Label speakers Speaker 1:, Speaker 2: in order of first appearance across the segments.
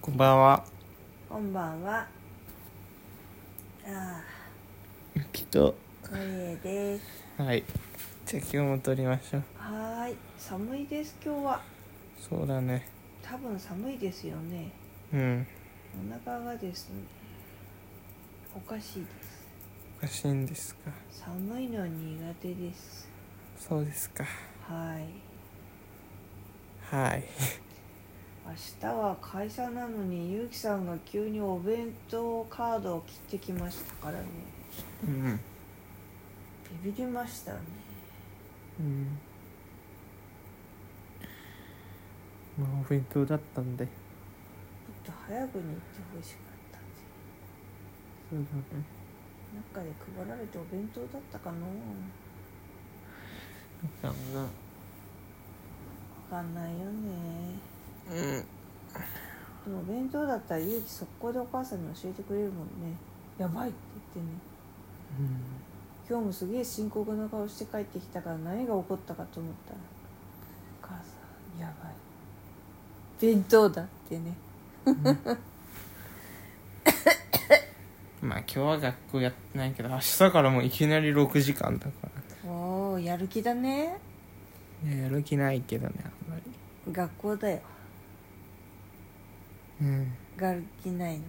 Speaker 1: こんばんは。
Speaker 2: こんばんは。あ
Speaker 1: ゆきと。
Speaker 2: あ、のりえです。
Speaker 1: はい。じゃあ今日も撮りましょう。
Speaker 2: はーい、寒いです。今日は
Speaker 1: そうだね。
Speaker 2: 多分寒いですよね。
Speaker 1: うん。
Speaker 2: お腹がですね。おかしいです。
Speaker 1: おかしいんですか。
Speaker 2: 寒いのは苦手です。
Speaker 1: そうですか。
Speaker 2: はい。
Speaker 1: はい。
Speaker 2: 明日は会社なのにゆうきさんが急にお弁当カードを切ってきましたからね。
Speaker 1: うん。
Speaker 2: ビビりましたね。
Speaker 1: うん。まあ、お弁当だったんで。
Speaker 2: もっと早くに行ってほしかったんです。
Speaker 1: そうだね。
Speaker 2: 中で配られてお弁当だったかな。
Speaker 1: だな。
Speaker 2: わかんないよね
Speaker 1: うん。
Speaker 2: でもお弁当だったら勇気速攻でお母さんに教えてくれるもんねやばいって言ってね今日もすげえ深刻な顔して帰ってきたから何が起こったかと思ったら「お母さんやばい弁当だ」ってね
Speaker 1: まあ、今日は学校やってないけど、明日からもういきなり6時間だか
Speaker 2: おおやる気だね
Speaker 1: ら。いややる気ないけどね、あんまり。
Speaker 2: 学校だよ
Speaker 1: うん。
Speaker 2: やる気ないの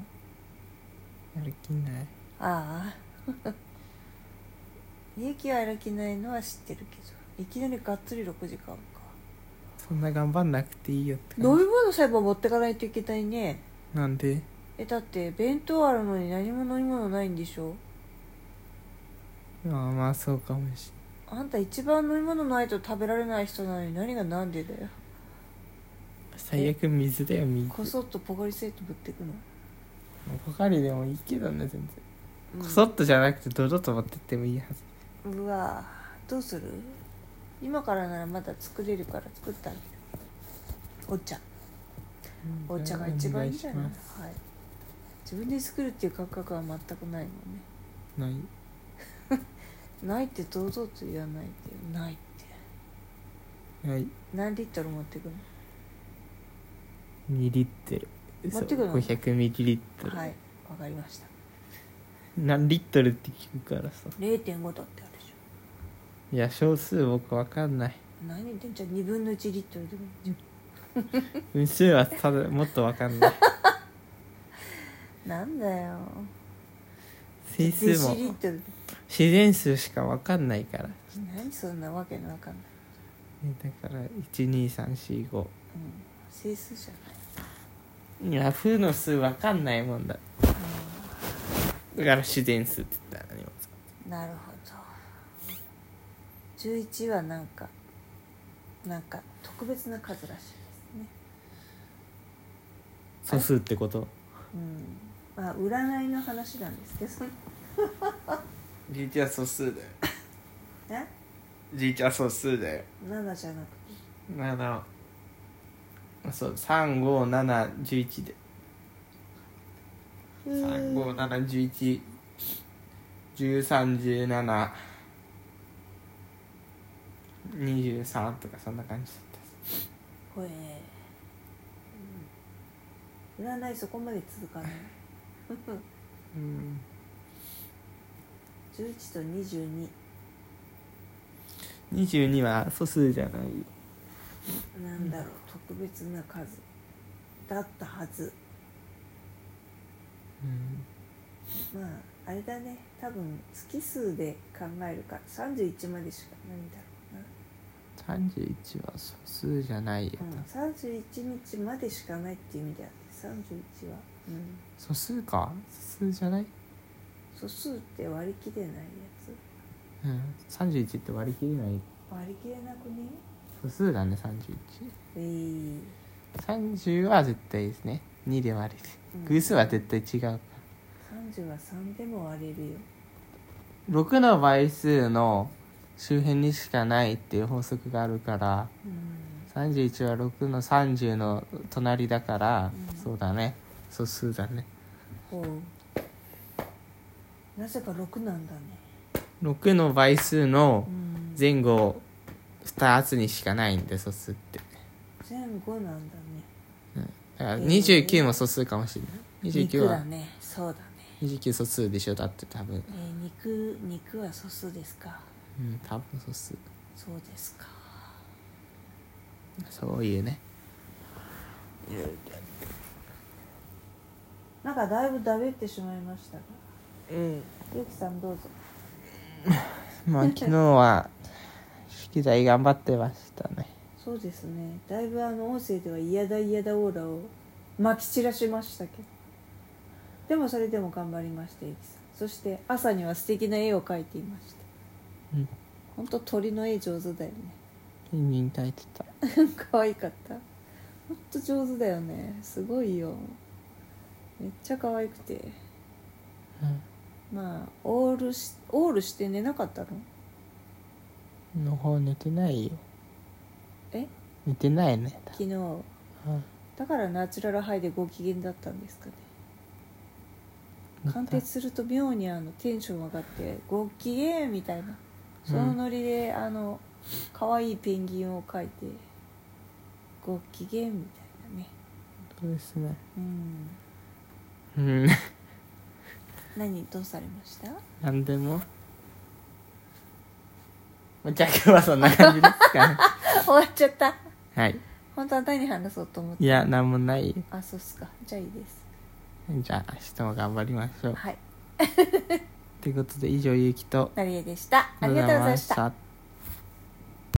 Speaker 1: やる気ない。
Speaker 2: ああ 勇気はやる気ないのは知ってるけどいきなりがっつり6時間か
Speaker 1: そんな頑張んなくていいよって感じ。
Speaker 2: 飲み物さえも持ってかないといけないね
Speaker 1: なんで
Speaker 2: えだって弁当あるのに何も飲み物ないんでしょ
Speaker 1: ああまあそうかもし
Speaker 2: あんた一番飲み物ないと食べられない人なのに何がなんでだよ
Speaker 1: れない最悪水だよ水
Speaker 2: こそっとポカリスエットぶってくの、
Speaker 1: ポカリでもいいけどね全然
Speaker 2: うん
Speaker 1: こそっとじゃなくてドドッと持ってってもいいはず
Speaker 2: うわどうする今からならまだ作れるから作ってあげるお茶お茶が一番いいんじゃない、
Speaker 1: お願
Speaker 2: はい
Speaker 1: しま、
Speaker 2: 自分で作るっていう感覚は全くないもんね
Speaker 1: すない
Speaker 2: ないって堂々と言わないでないって
Speaker 1: はい
Speaker 2: 何リットル持ってくの
Speaker 1: 2リットル
Speaker 2: 持ってくるの
Speaker 1: 500ミリリットル、
Speaker 2: はいわかりました
Speaker 1: 何リットルって聞くからさ
Speaker 2: 0.5だってあるでしょ
Speaker 1: いや少数僕わかんない
Speaker 2: 何言ってんじゃん2分の1リットルでもいい
Speaker 1: 分数はただもっとわか んない
Speaker 2: なんだよ
Speaker 1: 整数
Speaker 2: デシリッ
Speaker 1: も
Speaker 2: トル
Speaker 1: 自然数しかわかんないから、ね、
Speaker 2: 何そんなわけのわかんない、
Speaker 1: だから12345
Speaker 2: うん、整数じゃない
Speaker 1: いや風の数わかんないもんだだから自然数って言ったら何も
Speaker 2: なるほど11はなんかなんか特別な数らしいですね
Speaker 1: 素数ってこと
Speaker 2: うんまあ占いの話なんですけど
Speaker 1: じいちゃん素数だよ
Speaker 2: え
Speaker 1: じいちゃん素数だよ
Speaker 2: 7じゃなくて
Speaker 1: 7そう3571で3571131723とかそんな感じだった
Speaker 2: ほえ、うん、占いそこまで続かない
Speaker 1: うん
Speaker 2: 11と22
Speaker 1: 22は素数じゃない
Speaker 2: なんだろう特別な数だったはず
Speaker 1: うん
Speaker 2: まああれだね多分月数で考えるから31までしかないんだ
Speaker 1: 31は素数じゃないや、
Speaker 2: ろうな、うん、31日までしかないっていう意味であって31は、うん、
Speaker 1: 素数か素数じゃない
Speaker 2: 素数って割り切れないやつ
Speaker 1: うん31って割り切れない
Speaker 2: 割り切れなくね
Speaker 1: 素数だね
Speaker 2: えい
Speaker 1: 3130は絶対ですね2で割れる
Speaker 2: うん
Speaker 1: 偶数は絶対違うから
Speaker 2: 30は3でも割れるよ
Speaker 1: 6の倍数の周辺にしかないっていう法則があるから
Speaker 2: うん
Speaker 1: 31は6の30の隣だから、
Speaker 2: うん
Speaker 1: そうだね素数だね
Speaker 2: ほうなぜか6なんだね
Speaker 1: 6の倍数の
Speaker 2: うん
Speaker 1: 前後2つにしかないんで素数って
Speaker 2: 前後なんだね、
Speaker 1: うんだから29も素数かもしれない
Speaker 2: 肉
Speaker 1: 29
Speaker 2: だ
Speaker 1: は
Speaker 2: ねそうだね
Speaker 1: 29素数でしょだって多分
Speaker 2: えー肉肉は素数ですか
Speaker 1: うん多分素数
Speaker 2: そうですか
Speaker 1: そういうね
Speaker 2: なんかだいぶだべってしまいましたが
Speaker 1: うん
Speaker 2: ゆきさんどうぞ
Speaker 1: まあ昨日は宿題頑張ってましたね
Speaker 2: そうですねだいぶあの音声では嫌だ嫌だオーラをまき散らしましたけどでもそれでも頑張りましたゆきさんそして朝には素敵な絵を描いていました
Speaker 1: うん
Speaker 2: ほんと鳥の絵上手だよね
Speaker 1: ペンギン炊いてた
Speaker 2: 可愛かったほんと上手だよねすごいよめっちゃ可愛くてまあオールしオールして寝なかったの
Speaker 1: うんの方寝てないよ
Speaker 2: え
Speaker 1: 寝てないね
Speaker 2: 昨
Speaker 1: う
Speaker 2: 日
Speaker 1: ん
Speaker 2: だからナチュラルハイでご機嫌だったんですかね鑑定すると妙にあのテンション上がって「ご機嫌」みたいなそのノリで、あの可愛いペンギンを描いて「ご機嫌」みたいなね
Speaker 1: そうですね
Speaker 2: うん
Speaker 1: うん
Speaker 2: 何どうされました
Speaker 1: 何でもじゃあ今日はそんな感じですかね
Speaker 2: 終わっちゃった
Speaker 1: はい
Speaker 2: 本当は何話そうと思って
Speaker 1: いや何もない
Speaker 2: あそうっすかじゃあいいです
Speaker 1: じゃあ明日も頑張りましょう
Speaker 2: はい
Speaker 1: ということで以上ゆうきと
Speaker 2: 成江でしたありがとうございまし
Speaker 1: 野
Speaker 2: た
Speaker 1: 田真央でした